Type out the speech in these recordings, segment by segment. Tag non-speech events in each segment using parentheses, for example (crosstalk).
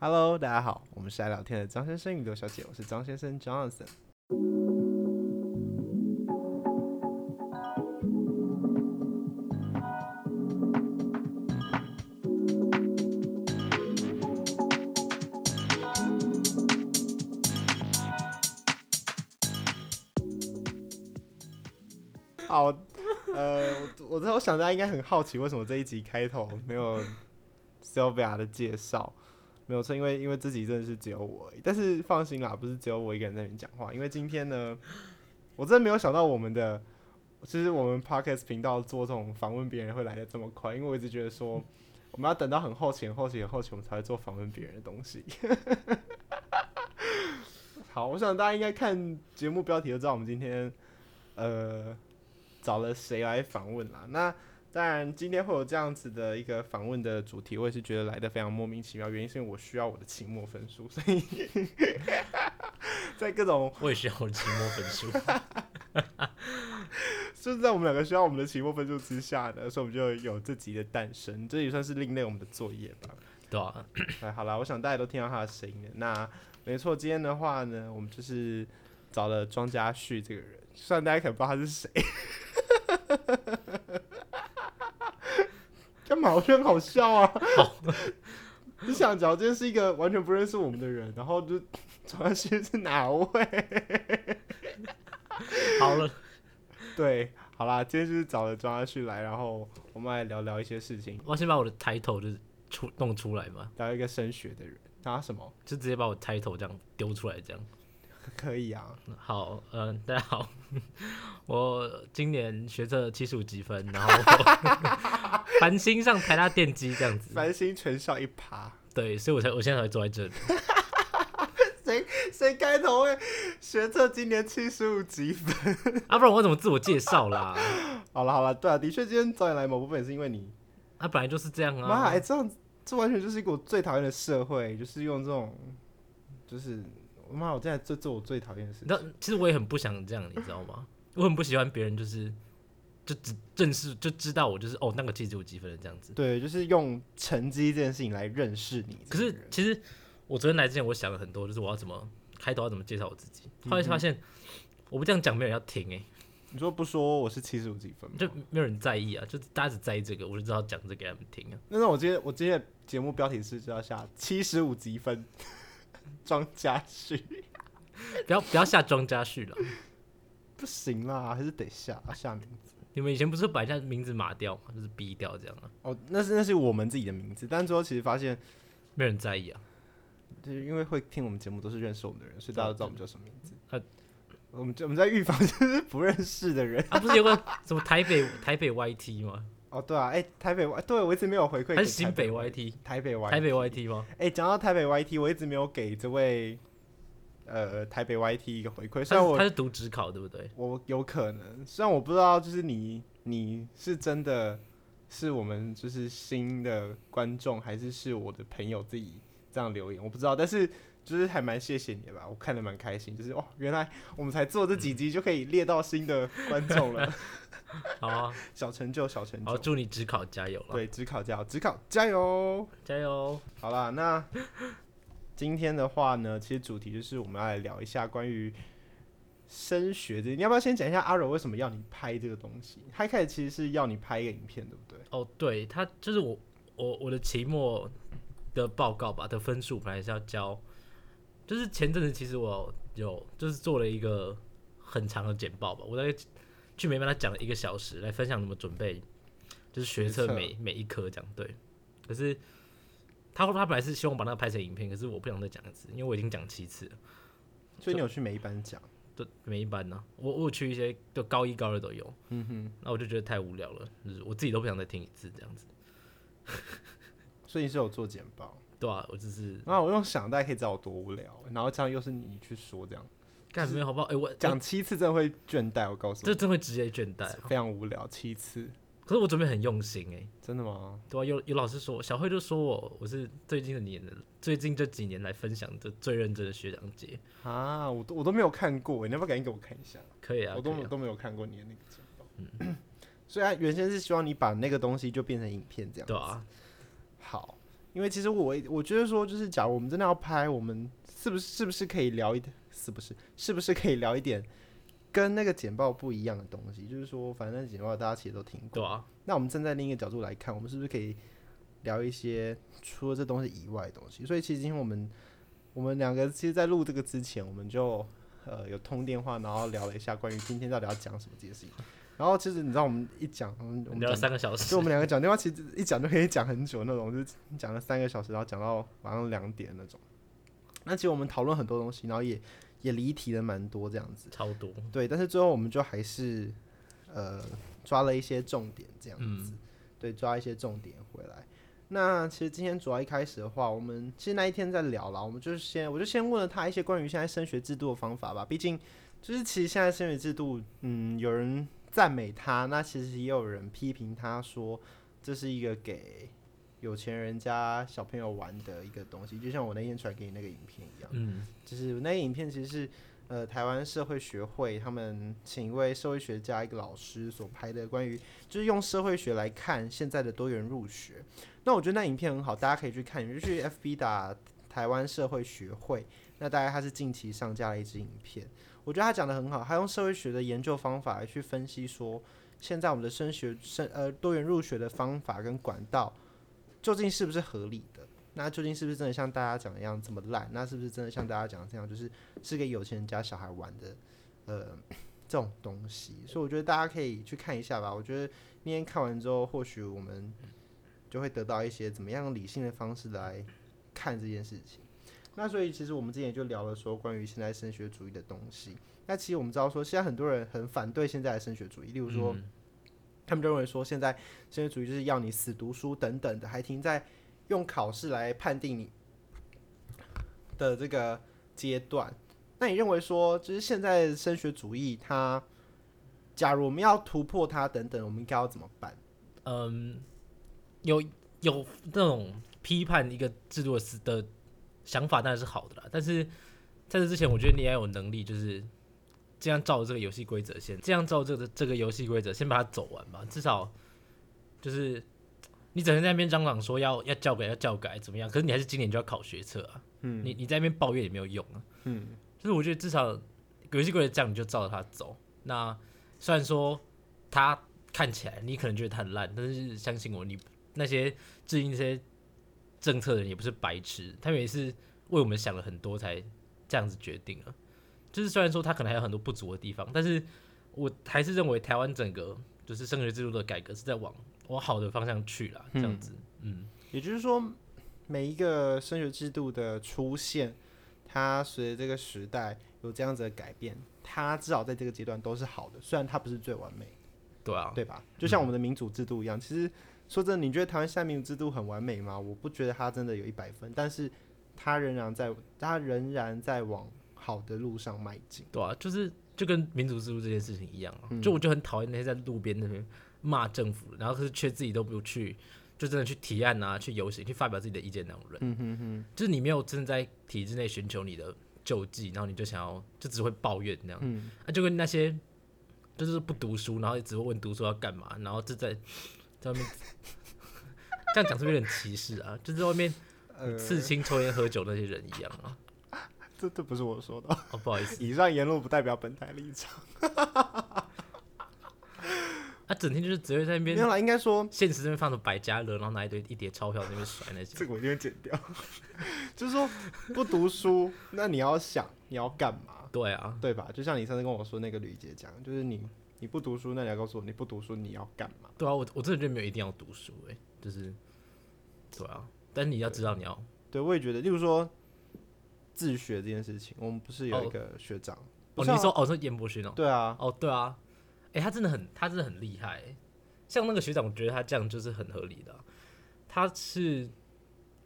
Hello，大家好，我们是爱聊天的张先生与刘小姐，我是张先生 Johnson。好，呃，我我在我想大家应该很好奇，为什么这一集开头没有 Sylvia 的介绍？没有错，因为因为自己真的是只有我而已，但是放心啦，不是只有我一个人在那边讲话。因为今天呢，我真的没有想到我们的，就是我们 podcast 频道做这种访问别人会来的这么快，因为我一直觉得说，我们要等到很后期、很后期、很后期，我们才会做访问别人的东西。 (laughs) 好，我想大家应该看节目标题就知道我们今天呃找了谁来访问啦。那当然，今天会有这样子的一个访问的主题，我也是觉得来的非常莫名其妙。原因是因为我需要我的期末分数，所以 (laughs) 在各种我也需要我的期末分数。就是在我们两个需要我们的期末分数之下呢，所以我们就有这集的诞生，这也算是另类我们的作业吧。对啊，哎，好啦，我想大家都听到他的声音了。那没错，今天的话呢，我们就是找了庄家旭这个人，虽然大家可能不知道他是谁。干嘛？我觉得很好笑啊！ (laughs) 你想，假如今天是一个完全不认识我们的人，然后就庄家旭是哪位？ (laughs) 好了，对，好啦，今天就是找了庄家旭来，然后我们来聊聊一些事情，我要先把我的 title 就是出弄出来嘛，聊一个升学的人，他什么 (laughs) 就直接把我 title 这样丢出来，这样。可以啊？好，嗯、大家好， (laughs) 我今年学测七十五积分，然后我繁星上台大电机这样子，繁星全校一趴。对，所以我才我现在才会坐在这里。谁谁开头会学测今年七十五积分？啊，不然我要怎么自我介绍啦？好了好了，对啊，的确今天早点来某部分也是因为你。啊，本来就是这样妈、啊哎，。这样这完全就是一个我最讨厌的社会，就是用这种，就是妈，我现在最做我最讨厌的事那其实我也很不想这样，你知道吗？我很不喜欢别人就是就只正式就知道我就是哦那个七十五积分的这样子。对，就是用成绩这件事情来认识你可这个人。是其实我昨天来之前，我想了很多，就是我要怎么开头要怎么介绍我自己。后嗯来发现我不这样讲，没有人要听哎、你说不说我是七十五积分吗？就没有人在意啊，就大家只在意这个，我就知道讲这个给他们听啊。那那我今天我今天的节目标题是就要下七十五积分，庄家旭不要不要下庄家序了，不行啦，还是得下下名字。你们以前不是把人家名字码掉嘛，就是逼掉这样啊，哦，那是那是我们自己的名字，但最后其实发现。没有人在意啊。就是因为会听我们节目都是认识我们的人，所以大家都知道我们叫什么名字。啊我们就我们在预防 (laughs) 就是不认识的人。啊，不是有个什么台北台北 YT 吗？哦，对啊，哎、台北 Y，对我一直没有回馈。还是新北？YT？台北 Y，台北 YT 吗？哎、讲到台北 YT，我一直没有给这位呃台北 YT 一个回馈，虽然他啊我是读职考对不对？我有可能，虽然我不知道就是你你是真的是我们就是新的观众，还是是我的朋友自己这样留言，我不知道，但是。就是还蛮谢谢你的吧，我看的蛮开心。就是哦，原来我们才做这嗯几集就可以列到新的观众了， (laughs) 好啊，小成就，小成好，就。祝你职考加油了，对，只考加油，只考加油！加油！哦好啦，那今天的话呢，其实主题就是我们要来聊一下关于升学的。你要不要先讲一下阿柔为什么要你拍这个东西？他一开始其实是要你拍一个影片，对不对？哦，对，他就是我我我的期末的报告吧的分数本来是要交，就是前阵子其实我有就是做了一个很长的简报吧，我大概去美班他讲了一个小时来分享怎么准备，就是学学测测每每一科这样对，可是他他本来是希望把那个拍成影片，可是我不想再讲一次，因为我已经讲七次了，所以你有去每一班讲，就每一班呢、我我有去一些就高一高二都有，嗯哼，那我就觉得太无聊了，就是我自己都不想再听一次这样子，所以你是有做简报。对啊，我就是然后我用想，大家可以知道我多无聊。然后这样又是你去说，这样干没有好不好？哎、我讲七次真的会倦怠。我告诉这真会直接倦怠。你，非常无聊，七次可是我准备很用心哎、真的吗？对啊，有有老师说，小慧就说我我是最近的年的，最近这几年来分享的最认真的学长姐，啊，我都我都没有看过，你要不要赶紧给我看一下？可以啊，我可都、以啊。都没有看过你的那个简报。嗯啊所以他原先是希望你把那个东西就变成影片这样。对啊，好，因为其实我我觉得说，就是假如我们真的要拍，我们是不是是不是可以聊一点，是不是是不是可以聊一点跟那个简报不一样的东西？就是说，反正简报大家其实都听对过，啊，那我们站在另一个角度来看，我们是不是可以聊一些除了这东西以外的东西？所以其实今天我们我们两个其实，在录这个之前，我们就呃有通电话，然后聊了一下关于今天到底要讲什么这些事情。然后其实你知道，我们一讲，我们我们聊了讲三个小时就我，们两个讲电话，其实一讲就可以讲很久那种，就是讲了三个小时，然后讲到晚上两点那种。那其实我们讨论很多东西，然后也也离题了蛮多这样子。超多。对，但是最后我们就还是呃抓了一些重点这样子，对，抓一些重点回来。那其实今天主要一开始的话，我们其实那一天在聊啦，我们就是先我就先问了他一些关于现在升学制度的方法吧，毕竟就是其实现在升学制度，嗯，有人赞美他，那其实也有人批评他说这是一个给。有钱人家小朋友玩的一个东西，就像我那天传给你那个影片一样。嗯，就是那个影片其实是呃台湾社会学会他们请一位社会学家一个老师所拍的关于就是用社会学来看现在的多元入学。那我觉得那影片很好，大家可以去看，你就去 FB 打台湾社会学会，那大概它是近期上架了一支影片，我觉得他讲的很好，他用社会学的研究方法来去分析说。现在我们的升学升呃多元入学的方法跟管道究竟是不是合理的？那究竟是不是真的像大家讲的一样这么烂？那是不是真的像大家讲的这样，就是是给有钱人家小孩玩的，呃，这种东西？所以我觉得大家可以去看一下吧。我觉得那天看完之后，或许我们就会得到一些怎么样理性的方式来看这件事情。那所以其实我们之前就聊了说关于现在升学主义的东西。那其实我们知道说，现在很多人很反对现在的升学主义，例如说，他们就认为说现在升学主义就是要你死读书等等的，还停在用考试来判定你的这个阶段。那你认为说，就是现在的升学主义它，假如我们要突破它等等，我们应该要怎么办？嗯，有有那种批判一个制度的思的想法当然是好的啦，但是在这之前，我觉得你也要有能力，就是这样照着这个游戏规则先，这样照着这个这个游戏规则先把它走完吧，至少就是你整天在那边嚷嚷说要要教改要教改怎么样，可是你还是今年就要考学测啊，嗯，你你在那边抱怨也没有用啊，嗯，就是我觉得至少游戏规则这样你就照着它走，那虽然说它看起来你可能觉得它很烂，但是相信我，你那些制定这些政策的人也不是白痴，他们也是为我们想了很多才这样子决定了。就是虽然说他可能还有很多不足的地方，但是我还是认为台湾整个就是升学制度的改革是在往往好的方向去啦，这样子，嗯，也就是说，每一个升学制度的出现，它随着这个时代有这样子的改变，它至少在这个阶段都是好的，虽然它不是最完美。对啊，对吧？就像我们的民主制度一样，其实说真的，你觉得台湾现在民主制度很完美吗？我不觉得它真的有一百分，但是它仍然在，它仍然在往好的路上迈进。对啊，就是就跟民主制度这件事情一样、啊，就我就很讨厌那些在路边那边骂政府，然后可是却自己都不去，就真的去提案啊，去游行，去发表自己的意见那种人。嗯哼哼，就是你没有真的在体制内寻求你的救济，然后你就想要就只会抱怨那样。嗯，啊，就跟那些就是不读书，然后只会问读书要干嘛，然后就在在外面 (laughs) 这样讲是不是有点歧视啊？就在外面呃，刺青、抽烟、喝酒那些人一样啊。这这不是我说的，哦，不好意 (laughs) 思。以上言论不代表本台立场。他、啊整天就是只会在那没边有啦，应该说现实这边放着百家乐，然后拿一堆一叠钞票在那边甩那些这。个我一定会剪掉。 (laughs) 就是说不读书，那你要想你要干嘛，对啊，对吧？就像你上次跟我说那个吕姐讲，就是你你不读书，那你要告诉我你不读书你要干嘛？对啊，我我真的觉得没有一定要读书、欸，就是，对啊，但你要知道你要哦对，我也觉得，例如说自学这件事情，我们不是有一个学长？不哦，是啊你说哦，说严博勋哦，对啊，哦，对啊，哎、他真的很，他真的很厉害欸、像那个学长，我觉得他这样就是很合理的啊、他是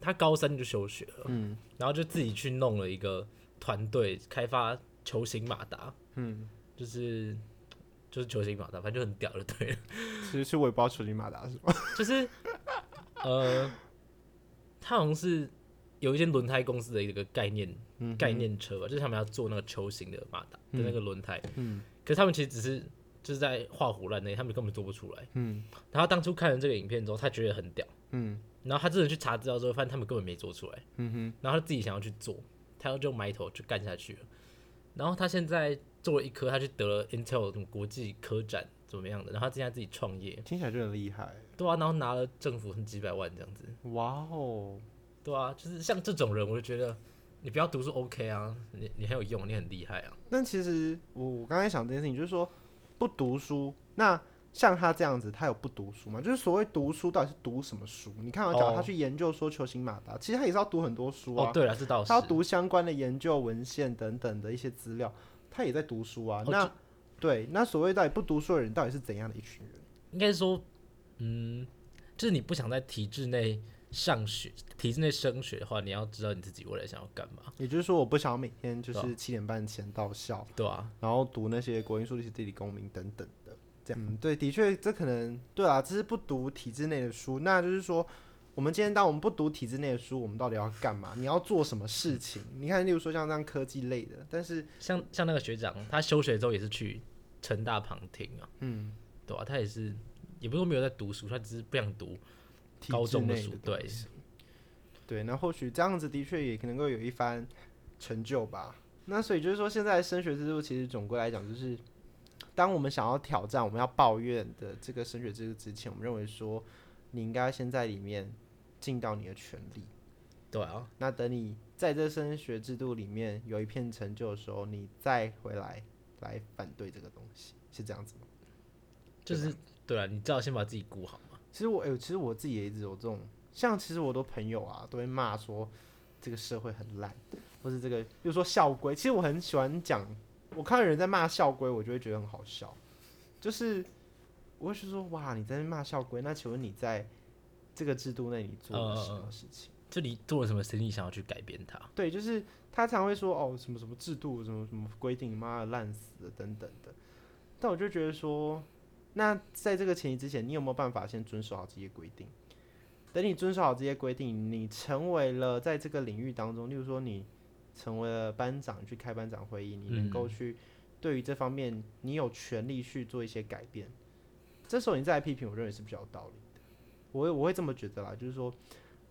他高三就休学了，嗯，然后就自己去弄了一个团队开发球形马达，嗯，就是就是球形马达，反正就很屌就对了。其实是我也不知道处理马达是什么。就是呃，他好像是有一间轮胎公司的一个概念、概念车吧，就是他们要做那个球形的马达的那个轮胎，嗯，可是他们其实只是就是在画虎烂那，他们根本做不出来，嗯，然后当初看了这个影片之后，他觉得很屌，嗯，然后他真的去查资料之后，发现他们根本没做出来，嗯哼，然后他自己想要去做，他就埋头就干下去了。然后他现在做了一科，他去得了 Intel 什么国际科展怎么样的，然后他现在自己创业，听起来就很厉害。对啊，然后拿了政府几百万这样子，哇哦，对啊，就是像这种人，我就觉得你不要读书 OK 啊，你你很有用，你很厉害啊，那其实我我刚才想这件事情，就是说不读书，那像他这样子，他有不读书吗？就是所谓读书到底是读什么书？你看我讲哦他去研究说球形马达，其实他也是要读很多书啊，哦，对了，这倒是他要读相关的研究文献等等的一些资料，他也在读书啊。哦那对，那所谓到底不读书的人到底是怎样的一群人？应该说，嗯，就是你不想在体制内上学、体制内升学的话，你要知道你自己未来想要干嘛，也就是说，我不想要每天就对啊是七点半前到校，对啊，然后读那些国英数历史地理公民等等的，这样。嗯，对，的确，这可能对啊，这是不读体制内的书，那就是说，我们今天当我们不读体制内的书，我们到底要干嘛？你要做什么事情？你看，例如说像这样科技类的，但是像像那个学长，他休学之后也是去成大旁听啊，嗯，对啊，他也是，也不是说没有在读书，他只是不想读体高制中内书的，东对，西对，那或许这样子的确也能够有一番成就吧。那所以就是说，现在的升学制度其实总归来讲，就是当我们想要挑战、我们要抱怨的这个升学制度之前，我们认为说你应该先在里面尽到你的全力。对啊，那等你在这升学制度里面有一片成就的时候，你再回来来反对这个东西，是这样子吗？就是对啊，你至少先把自己顾好嘛，其实我，哎、其实我自己也一直有这种，像其实我的朋友啊，都会骂说这个社会很烂，或是这个，比如说校规。其实我很喜欢讲，我看到有人在骂校规，我就会觉得很好笑，就是我会是说，哇，你在那边骂校规，那请问你在这个制度内你做了什嗯嗯么事情？就你做了什么事，你想要去改变它，对，就是他常会说哦，什么什么制度，什么什么规定，妈的烂死了等等的。但我就觉得说，那在这个前提之前，你有没有办法先遵守好这些规定？等你遵守好这些规定，你成为了在这个领域当中，例如说你成为了班长，去开班长会议，你能够去对于这方面，你有权利去做一些改变。这时候你再来批评，我认为是比较有道理的。我会我会这么觉得啦，就是说，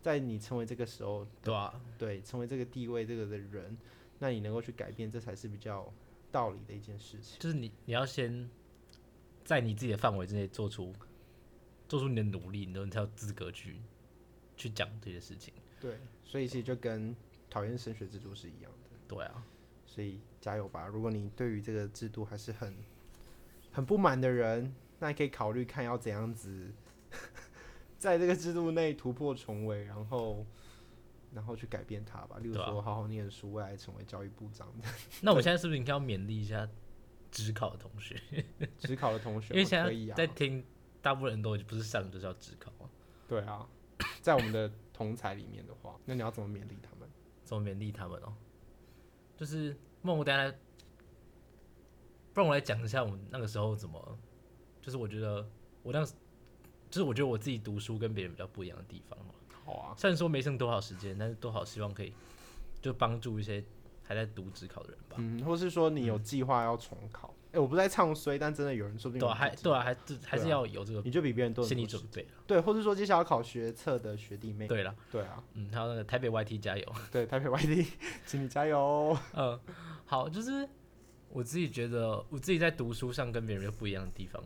在你成为这个时候，对啊，对，成为这个地位这个的人，那你能够去改变，这才是比较道理的一件事情。就是你你要先在你自己的范围之内做出做出你的努力，你都你才有资格去去讲这些事情。对，所以其实就跟讨厌升学制度是一样的。对啊，所以加油吧！如果你对于这个制度还是很很不满的人，那你可以考虑看要怎样子 (laughs) 在这个制度内突破重围，然后然后去改变它吧。例如对啊说，好好念书，未来成为教育部长。那我们现在是不是应该要勉励一下职考的同学？只考的同学因为我现可以在啊在，听，大部分人都不是上就是要职考啊，对啊，在我们的同才里面的话，那你要怎么勉励他们？怎么勉励他们哦？就是梦，我等一下来，不然我来讲一下我们那个时候怎么，就是我觉得我当时，就是我觉得我自己读书跟别人比较不一样的地方哦。好啊，虽然说没剩多少时间，但是多少希望可以就帮助一些还在读职考的人吧。嗯，或是说你有计划要重考？哎、我不是在唱衰，但真的有人说不定对啊，有还自己对啊，还是还对是啊要有这个你就比别人多很心理多准时备啊。对，或是说接下来要考学测的学弟妹，对了，对啊，嗯，还有那个台北 YT 加油。对啊台北外地， (laughs) 请你加油。嗯，好，就是我自己觉得我自己在读书上跟别人有不一样的地方，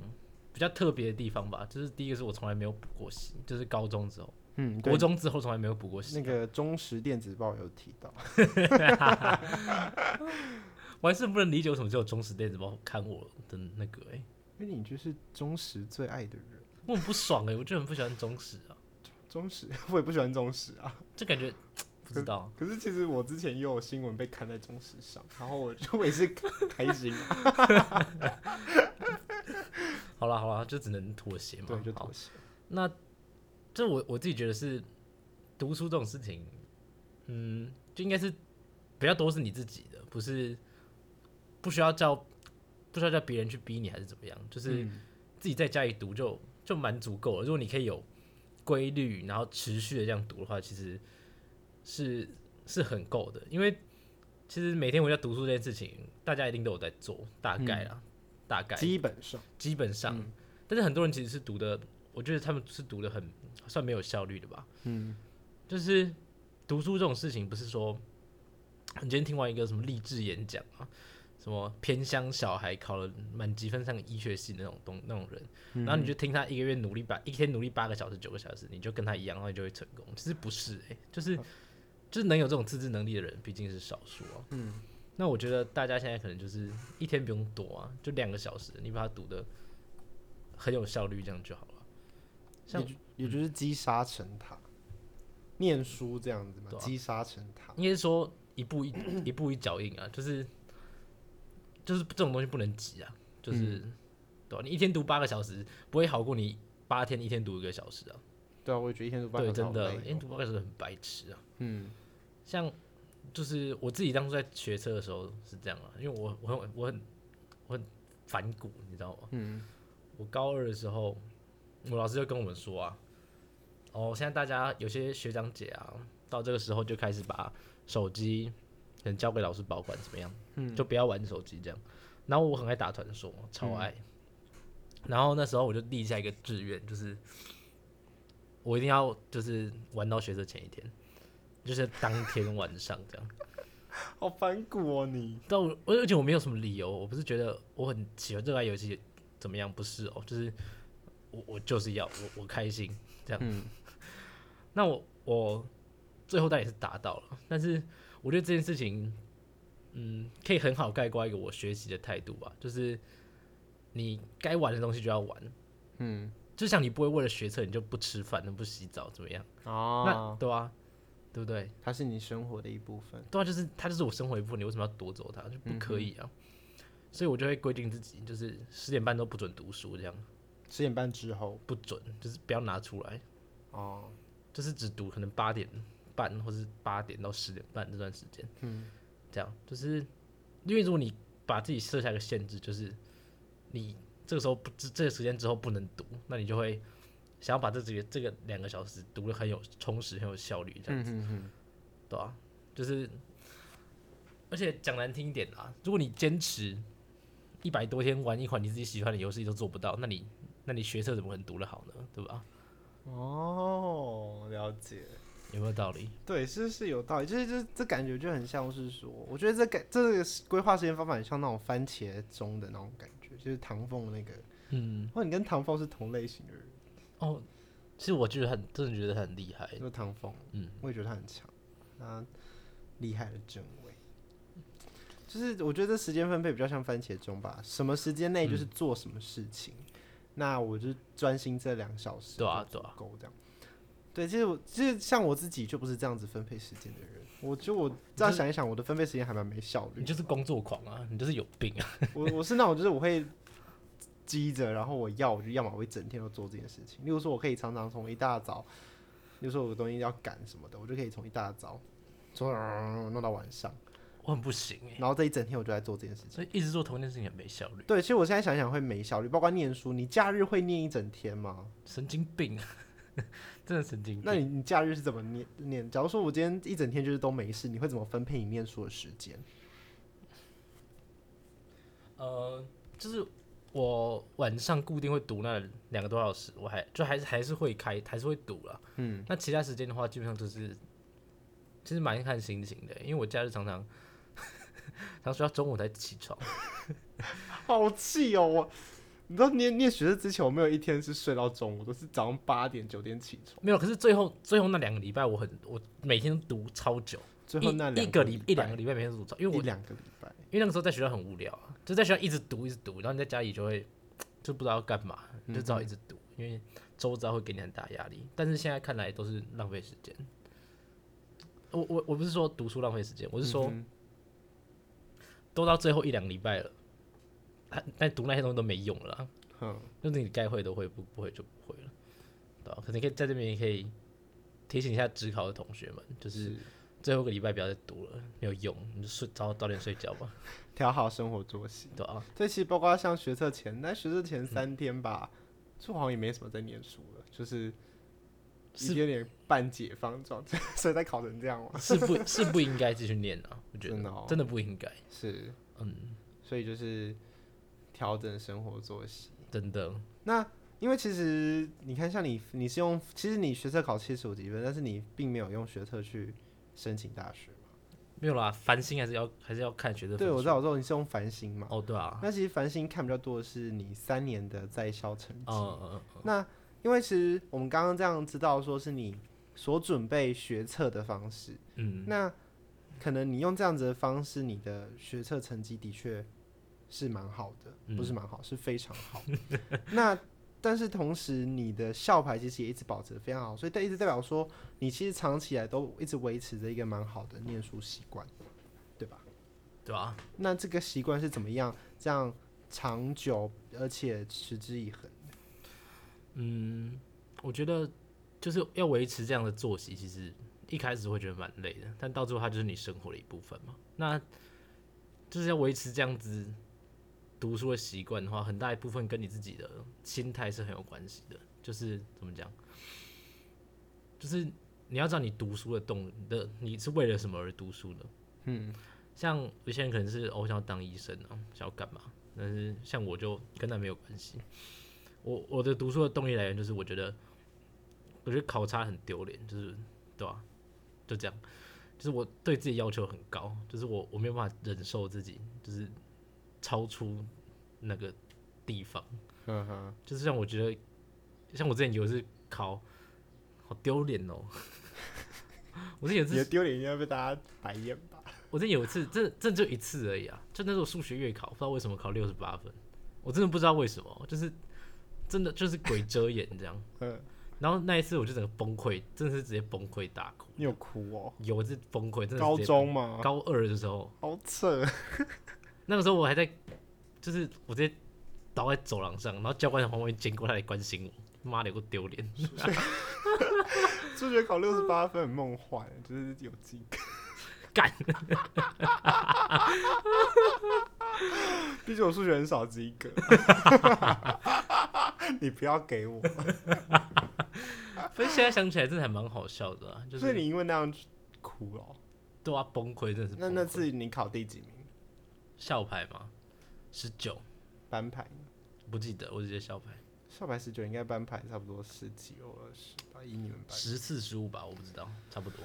比较特别的地方吧。就是第一个是我从来没有补过习，就是高中之后，嗯，对国中之后从来没有补过习。那个中时电子报有提到，我还是不能理解为什么只有中史电子报看我的那个哎、欸，因为你就是中时最爱的人。我很不爽哎、我就很不喜欢中史啊，中时 (laughs) 我也不喜欢中时啊，就感觉不知道。可是其实我之前也有新闻被刊在中时上，然后我就 (laughs) 我也是开心啊，好啦好啦，就只能妥协嘛。对，就好妥协。那这我我自己觉得是读书这种事情，嗯，就应该是比较多是你自己的，不是不需要叫不需要叫别人去逼你还是怎么样，就是嗯自己在家里读就就蛮足够了。如果你可以有规律，然后持续的这样读的话，其实是是很够的。因为其实每天回家读书这件事情，大家一定都有在做，大概啦，大概基本上，基本上，但是很多人其实是读的，我觉得他们是读的很算没有效率的吧。嗯，就是读书这种事情，不是说你今天听完一个什么励志演讲啊，什么偏乡小孩考了满积分上医学系那种东那种人，然后你就听他一个月努力八一天努力八个小时九个小时，你就跟他一样，然后你就会成功。其实不是、欸，就是就是能有这种自制能力的人，毕竟是少数啊。嗯，那我觉得大家现在可能就是一天不用多啊，就两个小时，你把它读的很有效率，这样就好了。像也就也就是积沙成塔，念书这样子嘛对，啊积沙成塔。应该是说一步一一步一脚印啊，就是就是这种东西不能急啊，就是、对啊吧、你一天读八个小时，不会好过你八天一天读一个小时啊。对啊，我也觉得一天读八对，小时真好的，一累天哦。读八个小时很白痴啊。嗯，像就是我自己当初在学车的时候是这样啊，因为我我很我很我很反骨，你知道吗？嗯，我高二的时候，我老师就跟我们说啊，哦，现在大家有些学长姐啊，到这个时候就开始把手机可能交给老师保管，怎么样？嗯，就不要玩手机这样。然后我很爱打传说，超嗯爱。然后那时候我就立下一个志愿，就是我一定要就是玩到学车前一天。就是当天晚上这样。 (laughs) 好反骨哦你。但我而且我没有什么理由，我不是觉得我很喜欢热爱游戏怎么样，不是哦，就是我我就是要我我开心这样。 (laughs) 那我我最后当然也是达到了，但是我觉得这件事情，嗯，可以很好概括一个我学习的态度吧，就是你该玩的东西就要玩，嗯，就像你不会为了学车你就不吃饭、不洗澡怎么样？那哦，对啊，对不对？它是你生活的一部分。对啊，就是它就是我生活一部分，你为什么要夺走它？就不可以啊！所以我就会规定自己，就是十点半都不准读书，这样十点半之后，不准，就是不要拿出来，哦，就是只读可能八点半或是八点到十点半这段时间。嗯，这样就是因为如果你把自己设下一个限制，就是你这个时候不这这个时间之后不能读，那你就会想要把这几个这个两个小时读的很有充实、很有效率这样。嗯哼哼，对啊，就是，而且讲难听一点啦，如果你坚持一百多天玩一款你自己喜欢的游戏都做不到，那你那你学测怎么可能读得好呢？对吧？嗯哦，了解。有没有道理？对，是是有道理，就是这这感觉就很像是说，我觉得这感这个是规划时间方法很像那种番茄钟的那种感觉，就是唐凤那个，嗯，哦，你跟唐凤是同类型的人，哦，其实我觉得很真的觉得很厉害，就是唐凤，嗯，我也觉得他很强，他厉害的正位，就是我觉得这时间分配比较像番茄钟吧，什么时间内就是做什么事情，那我就专心这两小时，对啊对啊够这样。对，其实我其实像我自己就不是这样子分配时间的人，我就我这样想一想，我的分配时间还蛮没效率的。你就是工作狂啊，你就是有病啊， (laughs) 我我是那种就是我会积着，然后我要我就要么我会整天都做这件事情。例如说，我可以常常从一大早，例如说我有东西要赶什么的，我就可以从一大早做弄到晚上，我很不行哎、然后这一整天我就在做这件事情。所以一直做同一件事情很没效率，对，其实我现在想一想会没效率，包括念书，你假日会念一整天吗？神经病啊， (laughs) 真的神经那病。你你假日是怎么念念？假如说我今天一整天就是都没事，你会怎么分配你念书的时间？ (laughs) 呃，就是我晚上固定会读那两个多小时，我还就还是还是会开，还是会读啦。嗯，那其他时间的话，基本上就是其实蛮看心情的，因为我假日常 (laughs) 常常说要中午才起床，好气哦！我你知道念念学士之前，我没有一天是睡到中午，都是早上八点九点起床。没有。可是最后最后那两个礼拜，我很我每天都读超久，最后那一一两个礼礼一两个拜礼拜每天都读超，因为一我两个礼拜，因为那个时候在学校很无聊啊，就在学校一直读一直读，然后你在家里就会就不知道要干嘛，你就只好一直读，因为周遭会给你很大压力。但是现在看来都是浪费时间。我我我不是说读书浪费时间，我是说、嗯都到最后一两个礼拜了，但但读那些东西都没用了啊，哼，就是你该会都会，不不会就不会了，对啊吧、可能可以在这边也可以提醒一下职考的同学们，就是最后一个礼拜不要再读了，没有用，你就睡早早点睡觉吧，调好生活作息。对吧、啊这其实包括像学测前，那学测嗯前三天吧，就好像也没什么在念书了，就是是有点半解放状态， (laughs) 所以才考成这样嘛。哦 (laughs) 是不，是不应该继续念啊，我觉得真的哦真的不应该，是，嗯，所以就是调整生活作息。真的，那因为其实你看，像你你是用，其实你学测考七十五几分，但是你并没有用学测去申请大学嘛。没有啦，繁星还是要还是要看学生分对，数。我知道，我知道你是用繁星嘛。哦，对啊，那其实繁星看比较多的是你三年的在校成绩。嗯嗯嗯，那因为其实我们刚刚这样知道，说是你所准备学测的方式，嗯，那可能你用这样子的方式，你的学测成绩的确是蛮好的，嗯不是蛮好，是非常好。 (laughs) 那但是同时，你的校牌其实也一直保持的非常好，所以代一直代表说，你其实长期以来都一直维持着一个蛮好的念书习惯，对吧？对啊吧、那这个习惯是怎么样这样长久而且持之以恒？嗯，我觉得就是要维持这样的作息，其实一开始会觉得蛮累的，但到最后它就是你生活的一部分嘛。那就是要维持这样子读书的习惯的话，很大一部分跟你自己的心态是很有关系的。就是怎么讲，就是你要知道你读书的动的，你是为了什么而读书的。嗯，像有些人可能是哦，我想要当医生啊，想要干嘛？但是像我就跟那没有关系。我我的读书的动力来源就是我觉得，我觉得考差很丢脸，就是对吧、就这样，就是我对自己要求很高，就是我我没有办法忍受自己就是超出那个地方。嗯哼，就是像我觉得，像我之前有一次考，好丢脸哦。 (laughs) 我之前有一次你的丢脸应该被大家白眼吧？我真有一次，这这就一次而已啊！就那时候数学月考，不知道为什么考六十八分，我真的不知道为什么，就是真的就是鬼遮眼这样。嗯，然后那一次我就整个崩溃，真的是直接崩溃大哭，你有哭哦？有我是崩溃，真的高是直接崩中啊吗？高二的时候，好扯，那个时候我还在，就是我直接倒在走廊上，然后教官从旁边经过，他来关心我，妈的有个丢脸。数学考六十八分很梦幻，就是有及格。干！毕竟我数学很少及格。你不要给我。所以现在想起来真的还蛮好笑的啊，就所以是你因为那样哭了哦、对啊崩溃，真的是那崩那溃次你考第几名？校牌嘛，十九班牌？不记得，我直接校牌。校牌十九应该班牌差不多十几或二十吧，以你们班。十次十五吧，我不知道，差不多，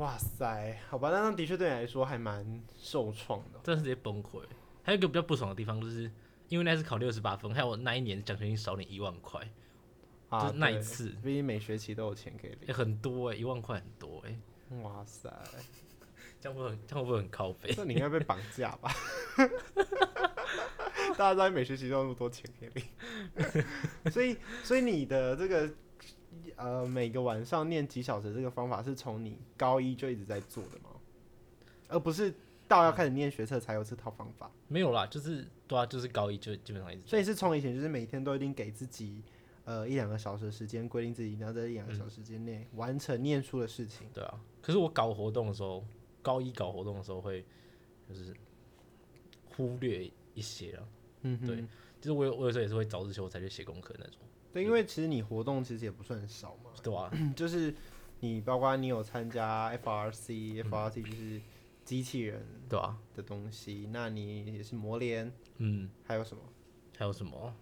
哇塞，好吧，那那的确对你来说还蛮受创的。真的是直接崩溃。还有一个比较不爽的地方，就是因为那次考六十八分，还有我那一年奖学金少你一万块，啊，就是那对一次，毕竟每学期都有钱可以欸、很多哎、一万块很多哎、领。哇 (laughs) 塞，这样会很这样会不会很靠背？这你应该被绑架吧？ (laughs) 大家知道每学期都有那么多钱可以领，所以所以你 (laughs) 的这个呃每个晚上念几小时这个方法是从你高一就一直在做的吗？而不是到要开始念学测才有这套方法，没有啦，就是对啊，就是高一就基本上一直所以是从以前就是每天都一定给自己呃一两个小时的时间，规定自己一定要在一两个小时之内完成念书的事情。对啊。可是我搞活动的时候，高一搞活动的时候会就是忽略一些啊，嗯哼，对就是我有我有时候也是会早自修才去写功课那种，对，因为其实你活动其实也不算少嘛。 (clears throat) 对啊，就是你包括你有参加 FRC，FRC 就是机器人对嗯啊，的东西，那你也是磨练，嗯，还有什么？还有什么？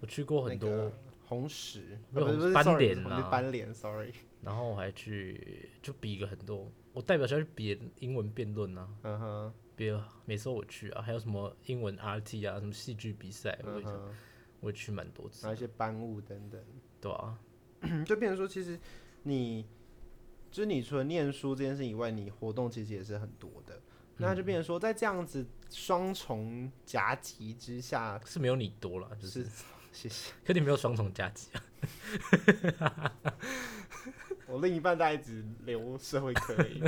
我去过很多那个红石，没有啊不是不是斑 sorry，点不是红啊石斑脸，sorry，然后我还去就比个很多，我代表学校去比英文辩论啊，嗯哼，比了每次我去啊，还有什么英文 RT 啊，什么戏剧比赛，我嗯也去哼，我也去蛮多然后次一，些班务等等，对啊，就变成说，其实你就是你除了念书这件事以外，你活动其实也是很多的。那就变成说，在这样子双重夹击之下，啊是没有你多啦，就是，是 (laughs) 谢谢可你没有双重夹击啊，我另一半，大概只留社会科而已。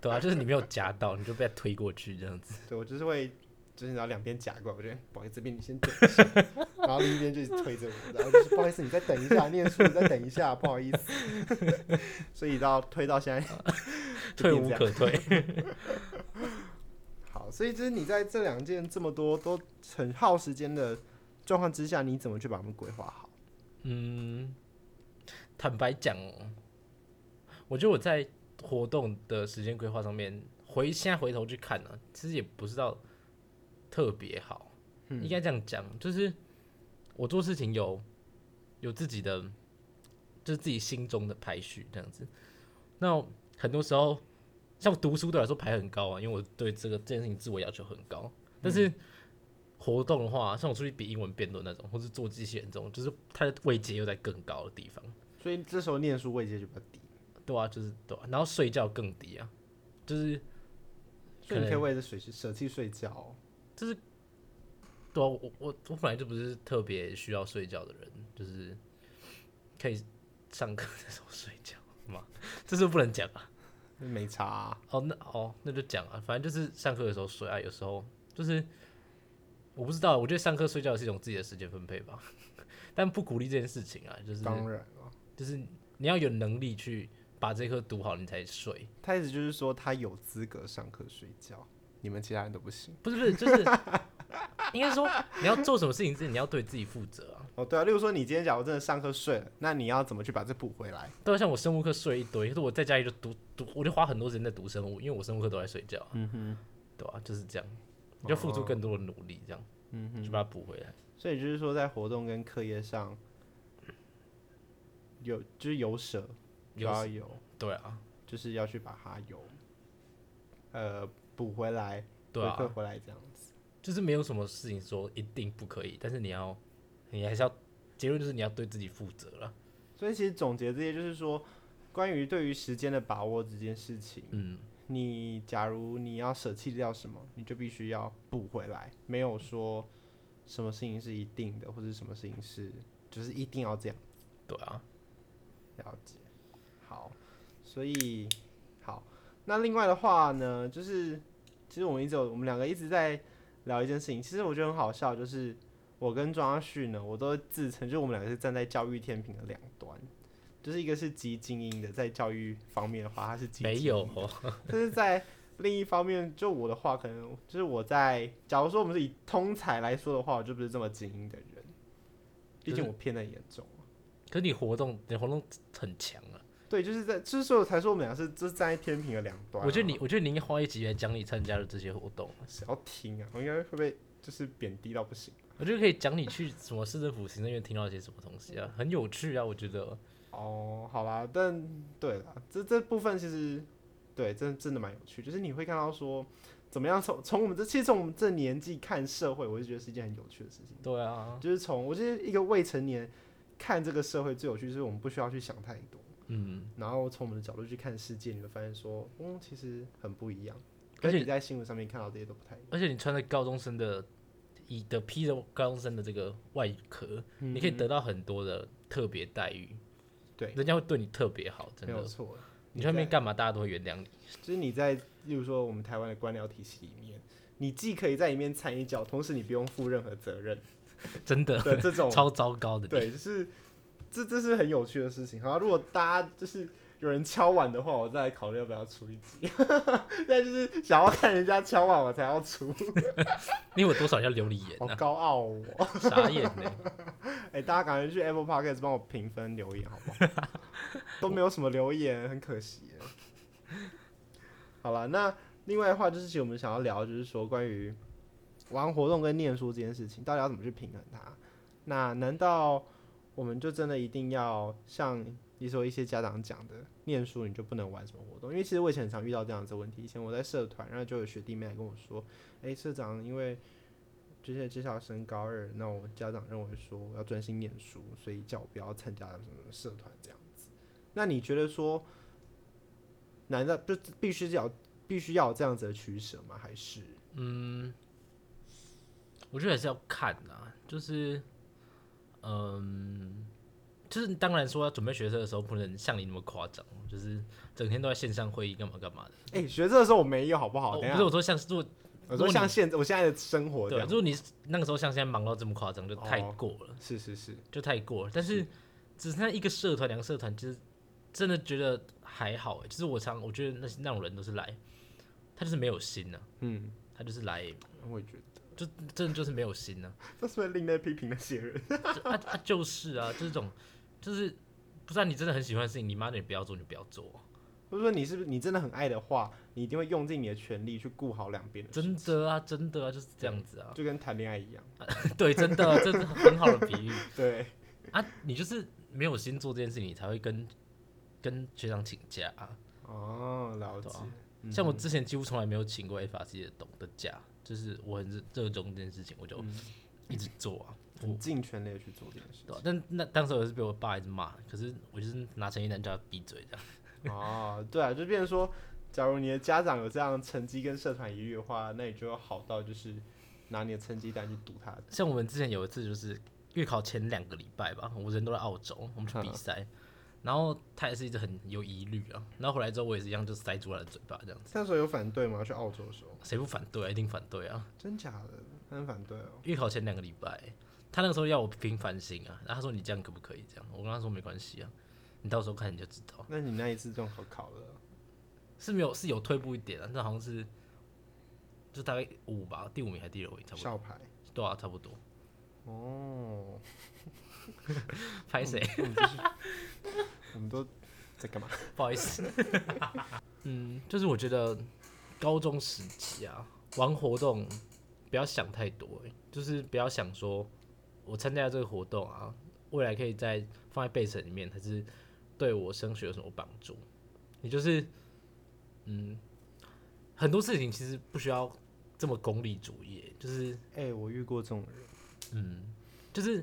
对啊，就是你没有夹到，你就被他推过去这样子，对我就是会，就是你知道两边夹过来，我觉得不好意思，这边你先等一下， (laughs) 然后另一边就一直推着我，然后就是不好意思，你再等一下，念书你再等一下，不好意思。 (laughs) 所以到推到现在 (laughs) 就退变无这样。可退，好，所以就是你在这两件这么多都很耗时间的状况之下，你怎么去把它们规划好？嗯，坦白讲哦，我觉得我在活动的时间规划上面，回现在回头去看呢、其实也不是到特别好，应该这样讲，就是我做事情有有自己的，就是自己心中的排序这样子。那很多时候，像读书对我来说排很高啊，因为我对这个这件事情自我要求很高。但是活动的话，像我出去比英文辩论那种，或是做机器人这种，就是它的位阶又在更高的地方，所以这时候念书位阶就比较低，对啊，就是对啊，然后睡觉更低啊，就是所以你可以为了水舍弃睡觉哦、对啊，我我我本来就不是特别需要睡觉的人，就是可以上课的时候睡觉嘛，这是不能讲啊。没差啊、哦，那哦那就讲啊，反正就是上课的时候睡啊，有时候就是我不知道，我觉得上课睡觉是一种自己的时间分配吧， (laughs) 但不鼓励这件事情啊，就是当然了。就是你要有能力去把这科读好，你才睡。他意思就是说他有资格上课睡觉，你们其他人都不行。不是不是，就是应该说你要做什么事情之前，你要对自己负责啊。哦，对啊，例如说你今天假如真的上课睡了，那你要怎么去把这补回来？对啊，像我生物课睡一堆，可是我在家里就读读，我就花很多时间在读生物，因为我生物课都在睡觉、嗯哼，对啊，就是这样，你就付出更多的努力，这样，嗯哼，就把它补回来。所以就是说在活动跟课业上有就是有舍，就有要有，对啊，就是要去把它有呃补回来，对啊回馈回来这样子。就是没有什么事情说一定不可以，但是你要，你还是要，结论就是你要对自己负责了。所以其实总结这些就是说，关于对于时间的把握这件事情，嗯，你假如你要舍弃掉什么，你就必须要补回来，没有说什么事情是一定的，或者什么事情是就是一定要这样。对啊，了解，好，所以好，那另外的话呢，就是其实我们一直有我们两个一直在聊一件事情，其实我觉得很好笑，就是我跟庄阿旭呢，我都自称就是我们两个是站在教育天平的两端，就是一个是极精英的，在教育方面的话，他是极没精有英哦，但是在另一方面，就我的话，可能就是我在，假如说我们是以通才来说的话，我就不是这么精英的人，毕就竟我偏的严重。可是你活动，你活动很强啊。对，就是在，就是所以我才说我们俩是就是站在天平的两端啊、我觉得你，我觉得你应该花一集来讲你参加的这些活动，谁要听啊？我应该会被就是贬低到不行。我觉得可以讲你去什么市政府行政院听到一些什么东西啊，很有趣啊，我觉得。哦，好啦，但对啦，这这部分其实对，真真的蛮有趣，就是你会看到说怎么样从从我们这其实从我们这年纪看社会，我就觉得是一件很有趣的事情。对啊，就是从我觉得一个未成年看这个社会最有趣，就是我们不需要去想太多，嗯，然后从我们的角度去看世界，你会发现说，嗯，其实很不一样，而跟且你在新闻上面看到这些都不太一样。而且你穿着高中生的，以的披着高中生的这个外壳，你可以得到很多的特别待遇，嗯对，人家会对你特别好，真没有的。错。你去那边在干嘛，大家都会原谅你。就是你在，例如说我们台湾的官僚体系里面，你既可以在里面掺一脚，同时你不用负任何责任真的的这种， (laughs) 超糟糕的。对，就是这这是很有趣的事情。好，如果大家就是有人敲碗的话，我再来考虑要不要出一集。 (laughs) 但就是想要看人家敲碗，我才要出，你有多少要留你言好啊？高傲哦。 (laughs) 傻眼呢、哎、大家赶快去 Apple Podcast 帮我评分留言好不好？都没有什么留言，很可惜耶。好了，那另外的话就是，其实我们想要聊，就是说关于玩活动跟念书这件事情，到底要怎么去平衡它？那难道我们就真的一定要像你说一些家长讲的，念书你就不能玩什么活动？因为其实我以前很常遇到这样子的问题。以前我在社团，然后就有学弟妹来跟我说：“哎、社长，因为之前接下来升高二，那我家长认为说我要专心念书，所以叫我不要参加什么什么社团这样子。那你觉得说，难道就必须要必须要有这样子的取舍吗？还是我觉得还是要看啊，就是，嗯，就是当然说要准备学车的时候，不能像你那么夸张，就是整天都在线上会议干嘛干嘛的。哎、学这的时候我没有好不好？哦等一不下是我说像，如果我说像现在我现在的生活这对，样如，果你那个时候像现在忙到这么夸张，就哦太过了，是是是，就太过了。但是只剩下一个社团、两个社团，其实真的觉得还好、欸。就是我常我觉得那些那种人都是来，他就是没有心呢、啊嗯，他就是来，我也觉得就真的就是没有心呢、啊这是会另类批评那些人。(laughs) (laughs) 就啊啊就是啊，这种就是不是、啊、你真的很喜欢的事情，你妈你不要做你就不要做，啊或者说你是不是你真的很爱的话，你一定会用尽你的全力去顾好两边的事，真的啊真的啊就是这样子啊，就跟谈恋爱一样。啊对真的这是很好的比喻，对，啊，你就是没有心做这件事情，你才会跟跟学长请假啊。哦，了对解啊。像我之前几乎从来没有请过 F R C 的懂的假，就是我很热热衷这件事情，我就嗯一直做啊。很尽全力的去做这件事 (laughs) 对啊但那当时我是被我爸一直骂，可是我就是拿成绩单叫他闭嘴这样。情。哦，对啊，就变成说，假如你的家长有这样成绩跟社团一律的话，那你就要好到就是拿你的成绩单去赌他。像我们之前有一次就是月考前两个礼拜吧，我人都在澳洲，我们去嗯比赛，然后他也是一直很有疑虑啊，然后回来之后我也是一样就塞住他的嘴巴这样，那时候有反对吗？去澳洲的时候，谁不反对啊？一定反对啊！真假的？他很反对哦。月考前两个礼拜，他那个时候要我拼繁星啊，然后他说你这样可不可以这样？我跟他说没关系啊，你到时候看你就知道。那你那一次中考考了？是没有是有退步一点啊，那好像是就大概五吧，第五名还是第六名，差不多，校牌对啊，差不多。哦，拍谁？我们就是我们都在干嘛？ (laughs) 不好意思。 (laughs) 嗯，就是我觉得高中时期啊，玩活动不要想太多、欸，就是不要想说我参加这个活动啊，未来可以在放在备审里面，还是对我升学有什么帮助？你就是嗯，很多事情其实不需要这么功利主义欸、就是 (laughs) 哎、我遇过这种人，嗯，就是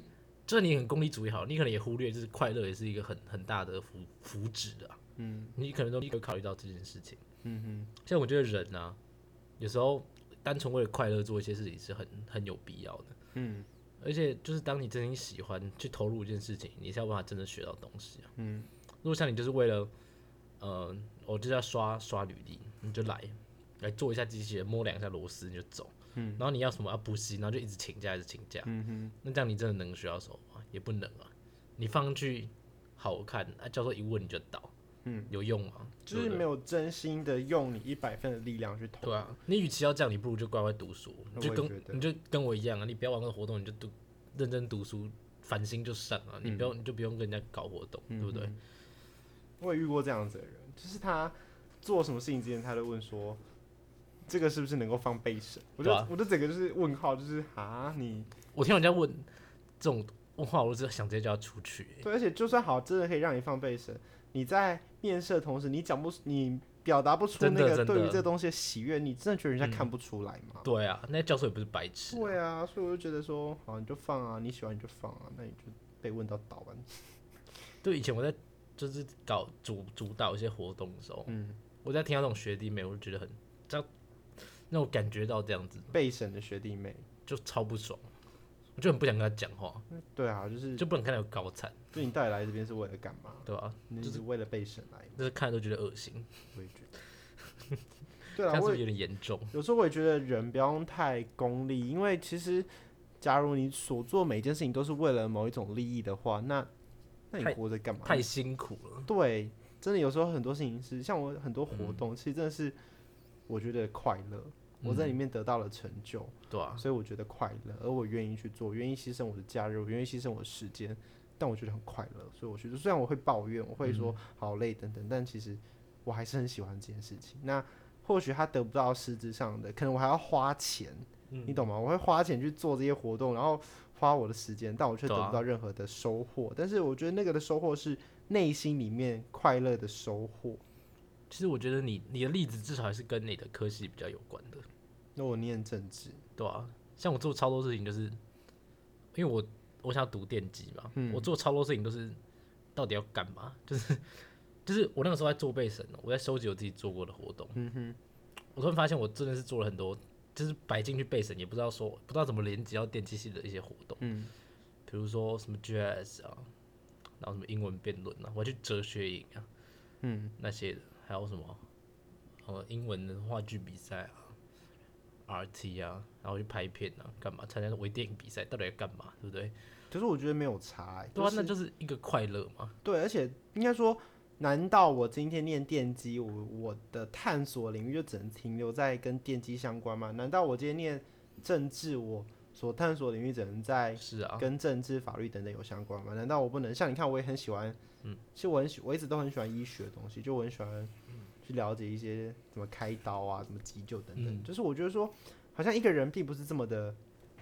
就算你很功利主义好，你可能也忽略，就是快乐也是一个很很大的福福祉啊。嗯你可能都没有考虑到这件事情。嗯哼，像我觉得人啊，有时候单纯为了快乐做一些事情是很很有必要的。嗯而且就是当你真心喜欢去投入一件事情，你才有办法真的学到东西啊。嗯，如果像你就是为了，呃，我就是要刷刷履历，你就来来做一下机器人，摸两下螺丝你就走。嗯，然后你要什么要补习，然后就一直请假，一直请假。嗯哼，那这样你真的能学到什么吗？也不能啊。你放上去好看，啊，教授一问你就倒，嗯，有用吗？就是没有真心的用你一百分的力量去投。对啊，你与其要这样，你不如就乖乖读书，那你就我也跟觉得你就跟我一样啊，你不要玩个活动，你就读认真读书，烦心就上嗯啊，你不要、你就不用跟人家搞活动，对不对？我也遇过这样子的人，就是他做什么事情之前，他都问说。这个是不是能够放背审？我就、对啊我就整个就是问号，就是啊，你我听人家问这种问话，我就想直接叫他出去、欸对，而且就算好，真的可以让你放背审，你在面试的同时，你讲不出，你表达不出真那的个真对于的这东西的喜悦，你真的觉得人家看不出来吗？对啊，那教授也不是白痴啊、对啊，所以我就觉得说，好，你就放啊，你喜欢你就放啊，那你就被问到倒吧。对，以前我在就是搞主主导一些活动的时候，嗯，我在听到那种学弟妹，我就觉得很这样，让我感觉到这样子被审的学弟妹，就超不爽，我就很不想跟他讲话，对啊，就是就不想看他有高产，就你到底来这边是为了干嘛？对吧、你是为了被审来吗？就是看了都觉得恶心。我也觉得。对啊，这样我是不也是有点严重？有时候我也觉得人不用太功利，因为其实假如你所做每件事情都是为了某一种利益的话，那那你太活着干嘛？太辛苦了。对，真的有时候很多事情是像我很多活嗯动，其实真的是我觉得快乐，我在里面得到了成就，对啊，所以我觉得快乐，而我愿意去做，愿意牺牲我的假日，我愿意牺牲我的时间，但我觉得很快乐，所以我去做。虽然我会抱怨，我会说嗯好累等等，但其实我还是很喜欢这件事情。那或许他得不到实质上的，可能我还要花钱，嗯你懂吗？我会花钱去做这些活动，然后花我的时间，但我却得对啊不到任何的收获。但是我觉得那个的收获是内心里面快乐的收获。其实我觉得你你的例子至少还是跟你的科系比较有关的，那我念政治，对啊，像我做超多事情，就是因为我我想要读电机嘛，我做超多事情都是到底要干嘛？就是就是我那个时候在做备审哦，我在收集我自己做过的活动。嗯哼，我突然发现我真的是做了很多，就是摆进去备审也不知道说不知道怎么连接到电机系的一些活动。嗯，比如说什么 GIS 啊，然后什么英文辩论啊，我还去哲学营啊，嗯，那些的，还有什么呃英文的话剧比赛啊。RT 啊，然后去拍片啊，干嘛参加微电影比赛，到底要干嘛，对不对？可是我觉得没有差、欸，对啊，就是那就是一个快乐嘛。对，而且应该说，难道我今天念电机，我我的探索领域就只能停留在跟电机相关吗？难道我今天念政治，我所探索领域只能在是啊，跟政治、法律等等有相关吗？难道我不能像你看，我也很喜欢，嗯，其实我很喜，我一直都很喜欢医学的东西，就我很喜欢去了解一些怎么开刀啊、怎么急救等等。就是我觉得说，好像一个人并不是这么的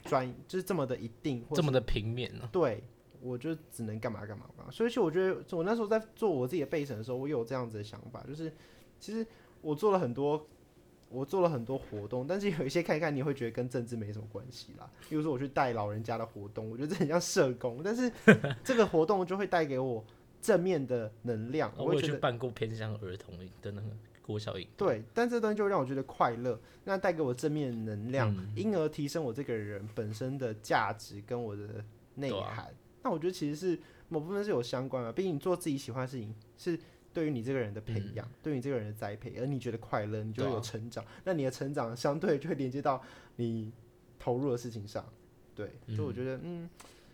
专，就是这么的一定，或这么是的平面呢、啊对，我就只能干嘛干嘛干嘛。所以，其实我觉得我那时候在做我自己的备审的时候，我有这样子的想法，就是其实我做了很多，我做了很多活动，但是有一些看一看，你会觉得跟政治没什么关系啦。比如说，我去带老人家的活动，我觉得这很像社工，但是这个活动就会带给我正面的能量，啊我啊我会有觉去得。办过偏向儿童的那个郭小颖，对，但这东西就会让我觉得快乐，那带给我正面能量，嗯因而提升我这个人本身的价值跟我的内对啊涵。那我觉得其实是某部分是有相关的，啊毕竟你做自己喜欢的事情是。对于你这个人的培养，对于你这个人的栽培，而你觉得快乐，你就会嗯对啊有成长。那你的成长相对就会连接到你投入的事情上。对，所以我觉得，嗯，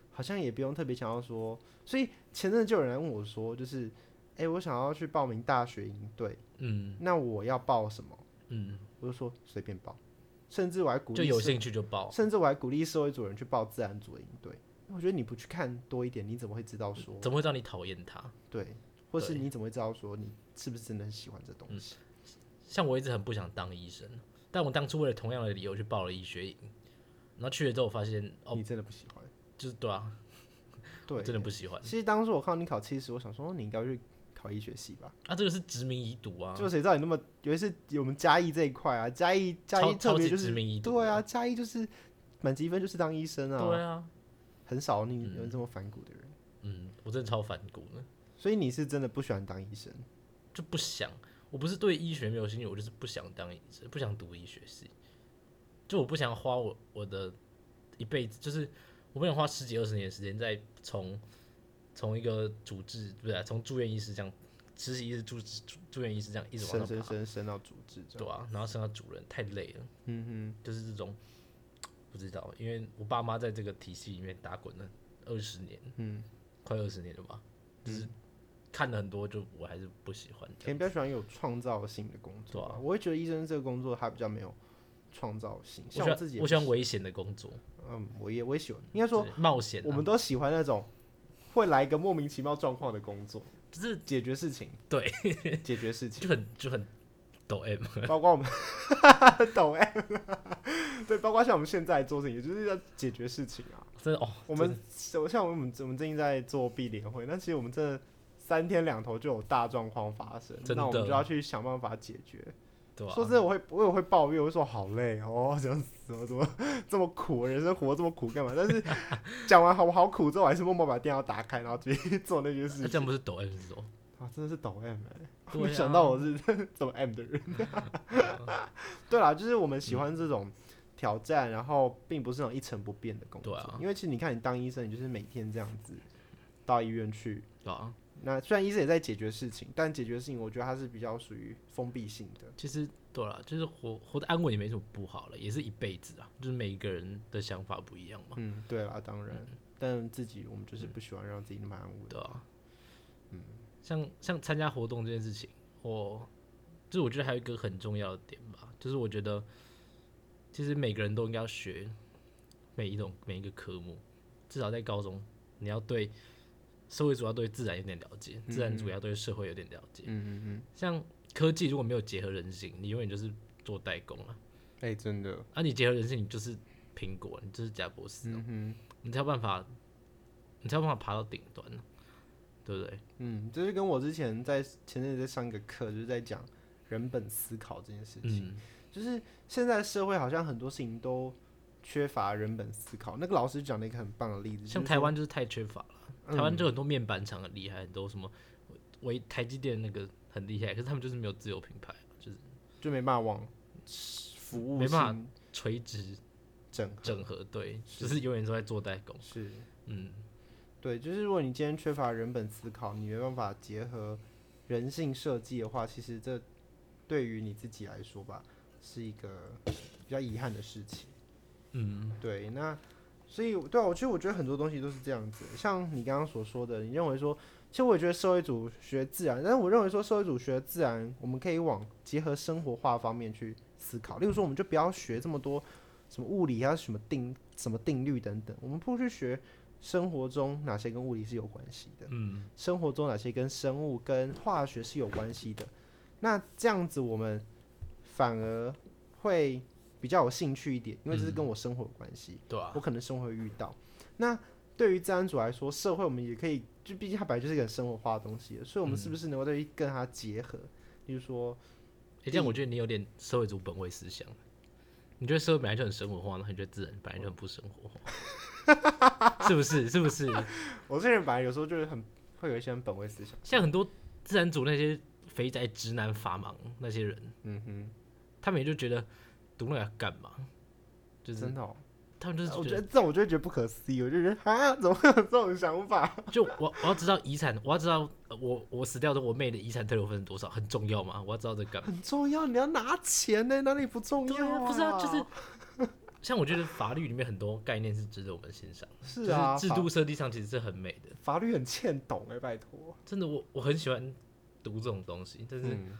好像也不用特别想要说。所以前阵子就有人来问我说，就是，哎、我想要去报名大学营队，嗯那我要报什么？嗯，我就说随便报，甚至我还鼓就励有社，兴趣就报，甚至我还鼓励社会主义人去报自然组的营队。我觉得你不去看多一点，你怎么会知道说怎么会让你讨厌他？对，或是嗯对你怎么会知道说你是不是真的很喜欢这东西？像我一直很不想当医生，但我当初为了同样的理由去报了医学营，然后去了之后发现，哦，你真的不喜欢？就是对啊，对，真的不喜欢其实当时我看到你考七十，我想说哦你应该去考医学系吧，啊，这个是殖民遗毒啊，就谁知道你那么，尤其是我们嘉义这一块啊，嘉义嘉超义特超别级就殖是民遗毒，对啊，嘉义就是满积分就是当医生啊，对啊，很少你有这么反骨的人，嗯，我真的超反骨的，所以你是真的不喜欢当医生。就不想，我不是对医学没有兴趣，我就是不想当医生，不想读医学系，就我不想花我我的一辈子，就是我不想花十几二十年的时间在从从一个主治不是啊从、住院医师这样实习医师住住住院医师这样一直往升上爬升。升升到主治这样。对啊，然后升到主任太累了，嗯就是这种不知道，因为我爸妈在这个体系里面打滚了二十年，哼，嗯，快二十年了吧，就是看了很多，就我还是不喜欢这可能样。比较喜欢有创造性的工作啊吧。我会觉得医生这个工作它比较没有创造性，我像喜自己也欢我不喜喜，欢危险的工作，嗯，我也我也喜欢，应该说对冒险、我啊，们都喜欢那种会来一个莫名其妙状况的工作，就是解决事情，对， (laughs) 解决事情，就很就很抖 M，啊包括我们 (laughs) 懂哎， (laughs) 对，包括像我们现在做事情，也就是要解决事情啊。真的哦，我们我像我们我们最近在做闭联会，那其实我们这三天两头就有大状况发生，真那我们的就要去想办法解决。对啊吧、说真的，我会我也会抱怨，我会说好累哦，这样怎么怎么这么苦，人生活这么苦干嘛？但是 (laughs) 讲完好好苦之后，我还是默默把电脑打开，然后直接做那件那、事这情。样不是抖 M 是什么？啊，真的是抖 M 哎、我对没啊想到我是 (laughs) 这么 M 的 (laughs) 人。对啦，就是我们嗯喜欢这种挑战，然后并不是那种一成不变的工作。对啊因为其实你看，你当医生，你就是每天这样子到医院去。对啊，那虽然医生也在解决事情，但解决事情我觉得它是比较属于封闭性的。其实对了，就是活活得安稳也没什么不好了，也是一辈子啊，就是每一个人的想法不一样嘛，嗯，对啦，当然，但自己我们就是不喜欢让自己那么安稳。嗯对啊，嗯，像像参加活动这件事情，我就是我觉得还有一个很重要的点吧，就是我觉得其实每个人都应该要学每一种每一个科目，至少在高中你要对社会主要对自然有点了解，自然主要对社会有点了解。嗯嗯嗯，像科技如果没有结合人性，你永远就是做代工了、啊。哎、真的，啊，你结合人性，你就是苹果，你就是贾博士、哦，嗯你才有办法，你才有办法爬到顶端啊、对不对？哼，嗯，就是跟我之前在前阵子在上一个课，就是在讲人本思考这件事情。嗯，就是现在社会好像很多事情都缺乏人本思考。那个老师讲了一个很棒的例子，就像是嗯台说湾就是太缺乏了，台湾就很多面板厂很厉害，很多什么为台积电那个很厉害，可是他们就是没有自有品牌，啊就是就没办法往服务没办性垂直整合，整合，对，嗯 (laughs) 就是永远都在做代工，是嗯，对，就是如果你今天缺乏人本思考，你没办法结合人性设计的话，其实这对于你自己来说吧，是一个比较遗憾的事情。嗯，对，那所以对啊，我其实我觉得很多东西都是这样子，像你刚刚所说的，你认为说，其实我也觉得社会组学自然，但是我认为说社会组学自然，我们可以往结合生活化方面去思考，例如说，我们就不要学这么多什么物理啊、什么定、什么定律等等，我们不如去学。生活中哪些跟物理是有关系的？嗯，生活中哪些跟生物、跟化学是有关系的？那这样子我们反而会比较有兴趣一点，因为这是跟我生活有关系，对啊，我可能生活会遇到。那对于自然组来说，社会我们也可以，就毕竟它本来就是一个很生活化的东西，所以我们嗯是不是能够对跟它结合？比如说，诶，这样我觉得你有点社会主本位思想。你觉得社会本来就很生活化，然后你觉得自然本来就很不生活 (laughs) 化，是不是？是不是？ (laughs) 我这人本来有时候就是很会有一些很本位思想，像很多自然组那些肥宅直男法盲那些人，嗯哼，他们也就觉得读那个干嘛？就是真的、哦，他们就是我觉觉得得，这种我就会觉得不可思议，我就觉得啊，怎么会有这种想法？ (laughs) 就我我要知道遗产，我要知道呃我我死掉的我妹的遗产特留分是多少，很重要吗？我要知道这干嘛？很重要，你要拿钱呢、哪里不重对要、啊，不是啊，就是像我觉得法律里面很多概念是值得我们欣赏，是啊，就是制度设计上其实是很美的。法法律很欠懂哎、拜托，真的，我我很喜欢读这种东西，但是嗯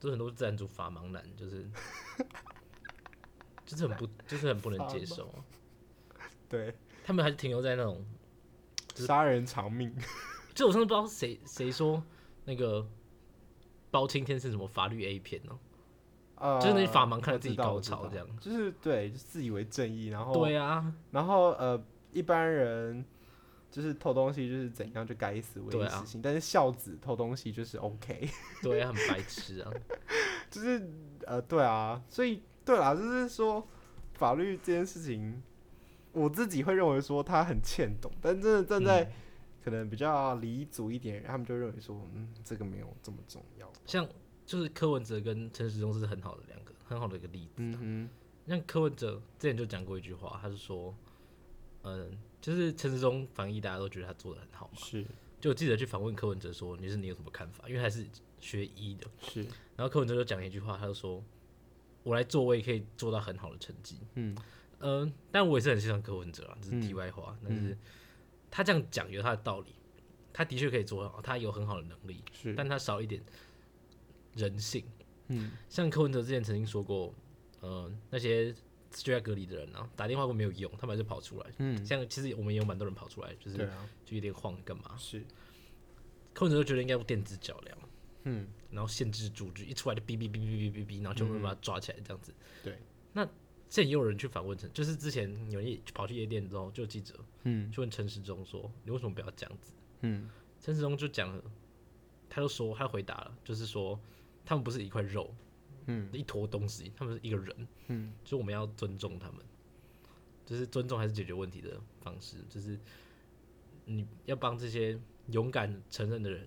就很多自然组法盲男，就是就是很不就是很不能接受啊，对，他们还是停留在那种，就 (laughs) 是杀人偿命，就我上次不知道谁谁说那个包青天是什么法律 A 片哦、呃，就是那法盲看我着自己知道高我知潮道哦这样就是对，就自以为正义，然后对啊，然后呃，一般人就是偷东西就是怎样就该死，唯对一啊死刑。但是孝子偷东西就是 OK， (laughs) 对啊，很白痴啊，就是呃，对啊，所以对啦，就是说法律这件事情，我自己会认为说他很欠懂，但真的站在、嗯可能比较离族一点的人，他们就认为说，嗯，这个没有这么重要。像就是柯文哲跟陈时中是很好的两个很好的一个例子。嗯像柯文哲之前就讲过一句话，他是说，嗯，就是陈时中防疫大家都觉得他做的很好哼，嘛，是就有记者去访问柯文哲说，你是你有什么看法？因为他是学医的，是，然后柯文哲就讲了一句话，他就说，我来做我也可以做到很好的成绩，嗯嗯，但我也是很欣赏柯文哲啊，这是题外话，但嗯是他这样讲有他的道理，他的确可以做好，他有很好的能力，是，但他少一点人性。嗯像柯文哲之前曾经说过，呃，那些居家隔离的人啊，打电话过没有用，他们还是跑出来。嗯，像其实我们也有蛮多人跑出来，就是啊对啊，就有点晃干嘛？是，柯文哲就觉得应该用电子脚镣，嗯然后限制住，就一出来就哔哔哔哔哔哔哔，然后就会把他抓起来这样子。对。那之前也有人去反问陈，就是之前有人也跑去夜店之后，就有记者嗯就问陈时中说：“你为什么不要这样子嗯，？”陈时中就讲了，他就说他回答了，就是说他们不是一块肉，嗯，一坨东西，他们是一个人。嗯，就我们要尊重他们，就是尊重还是解决问题的方式，就是你要帮这些勇敢承认的人，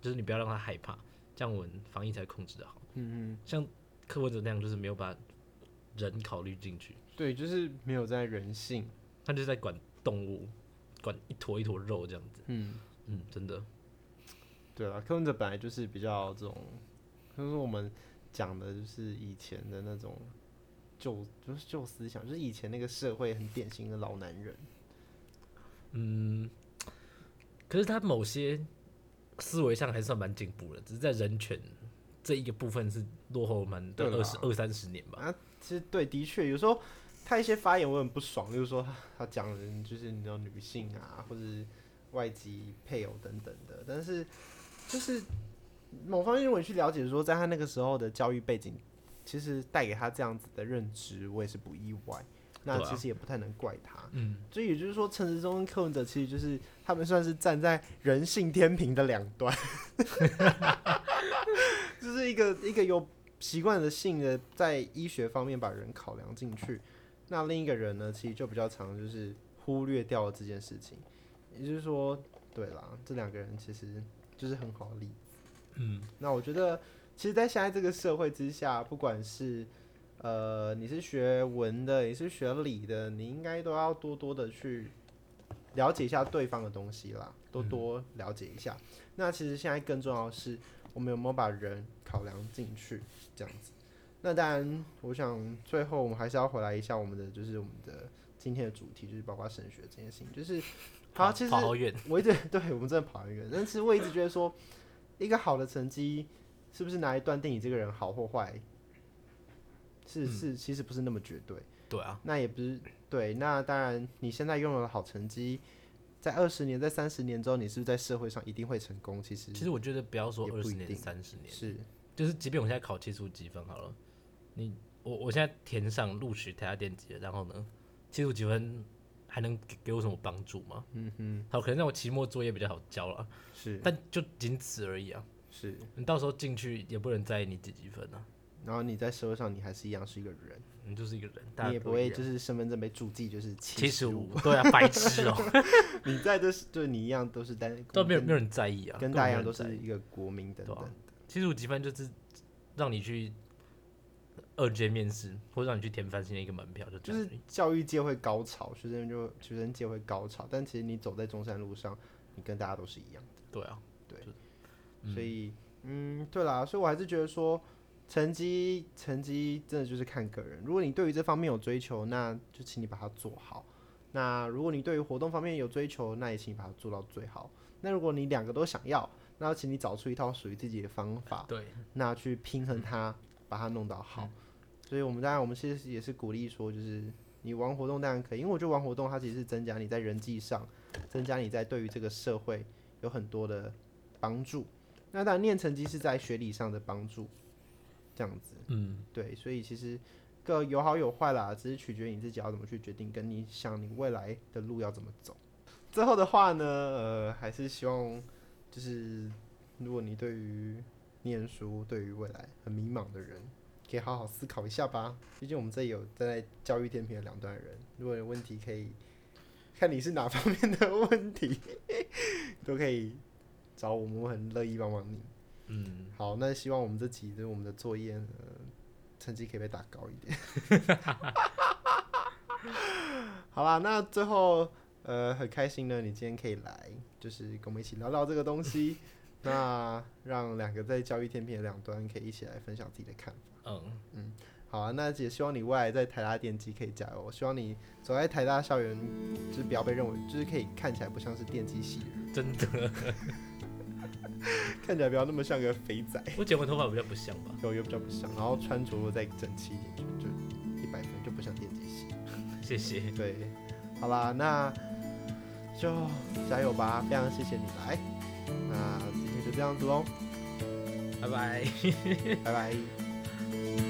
就是你不要让他害怕，这样我们防疫才控制的好。嗯嗯，像柯文哲那样，就是没有把人考虑进去，对，就是没有在人性。他就是在管动物，管一坨一坨肉这样子。嗯，嗯，真的，对啊，柯文哲本来就是比较这种，就是我们讲的就是以前的那种旧，就是旧思想，就是以前那个社会很典型的老男人。嗯，可是他某些思维上还算蛮进步的，只是在人权这一个部分是落后蛮多对啦二十二三十年吧。其实对，的确有时候他一些发言我很不爽，就是说他他讲人就是你知道女性啊，或者是外籍配偶等等的，但是就是某方面我去了解说，在他那个时候的教育背景，其实带给他这样子的认知，我也是不意外。那对啊其实也不太能怪他。嗯，所以也就是说，陈时中跟柯文哲其实就是他们算是站在人性天平的两端， (laughs) 就是一个一个有习惯的性的在医学方面把人考量进去，那另一个人呢，其实就比较常就是忽略掉了这件事情。也就是说，对啦，这两个人其实就是很好的例子。嗯，那我觉得，其实，在现在这个社会之下，不管是呃，你是学文的，你是学理的，你应该都要多多的去了解一下对方的东西啦，多多了解一下。那其实现在更重要的是，我们有没有把人考量进去，这样子。那当然，我想最后我们还是要回来一下我们的，就是我们的今天的主题，就是包括神学这件事情，就是好，跑其实跑好远，我一直 (laughs) 对我们真的跑很远，但是我一直觉得说，一个好的成绩是不是拿来断定你这个人好或坏，是是其实不是那么绝对。嗯对啊，那也不是对，那当然你现在拥有了好成绩，在二十年、在三十年之后，你是不是在社会上一定会成功？其实其实我觉得不要说也不二十一年、定三十年，是就是即便我现在考技术积分好了，你我我现在填上录取台大电机了，然后呢，技术积分还能给给我什么帮助吗？嗯哼，好，可能让我期末作业比较好交了，是但就仅此而已啊。是，你到时候进去也不能在意你几几分啊，然后你在社会上你还是一样是一个人，你就是一个人，大你家也不都一会样就是身份证被注记就是七七十五，五，对啊，白 (laughs) 痴哦、你在这是就是你一样都是单，都没有跟没有人在意啊，跟根本大没家有一样人都在是一个国民等对啊等，七十五积分就是让你去二阶面试，或者让你去填翻新的一个门票，就就这样是而已。教育界会高潮，学生就学生界会高潮，但其实你走在中山路上，你跟大家都是一样。对啊，所以，嗯，对啦，所以我还是觉得说，成绩成绩真的就是看个人。如果你对于这方面有追求，那就请你把它做好。那如果你对于活动方面有追求，那也请你把它做到最好。那如果你两个都想要，那请你找出一套属于自己的方法，对，那去平衡它，把它弄到好。所以我们当然，我们其实也是鼓励说，就是你玩活动当然可以，因为我觉得玩活动它其实是增加你在人际上，增加你在对于这个社会有很多的帮助。那当然，念成绩是在学理上的帮助，这样子。嗯，对，所以其实各有好有坏啦，只是取决于你自己要怎么去决定，跟你想你未来的路要怎么走。最后的话呢，呃，还是希望就是如果你对于念书、对于未来很迷茫的人，可以好好思考一下吧。毕竟我们这里有站在教育天平的两端的人，如果有问题可以看你是哪方面的问题， (laughs) 都可以找我们，我很乐意帮忙你。嗯，好，那希望我们这集的我们的作业呢，成绩可以被打高一点。 (laughs) 好啦，那最后呃，很开心呢，你今天可以来，就是跟我们一起聊聊这个东西。 (laughs) 那让两个在教育天平的两端可以一起来分享自己的看法。嗯，好啊，那也希望你未来在台大电机可以加油。希望你走在台大校园，就是不要被认为，就是可以看起来不像是电机系的人，真的， (laughs) 看起来不要那么像个肥仔。我剪完头发比较不像吧，有又比较不像，然后穿着再整齐一点，就就一百分就不像电机系。谢谢，对，好啦，那就加油吧，非常谢谢你来，那今天就这样子喽，拜拜。拜拜。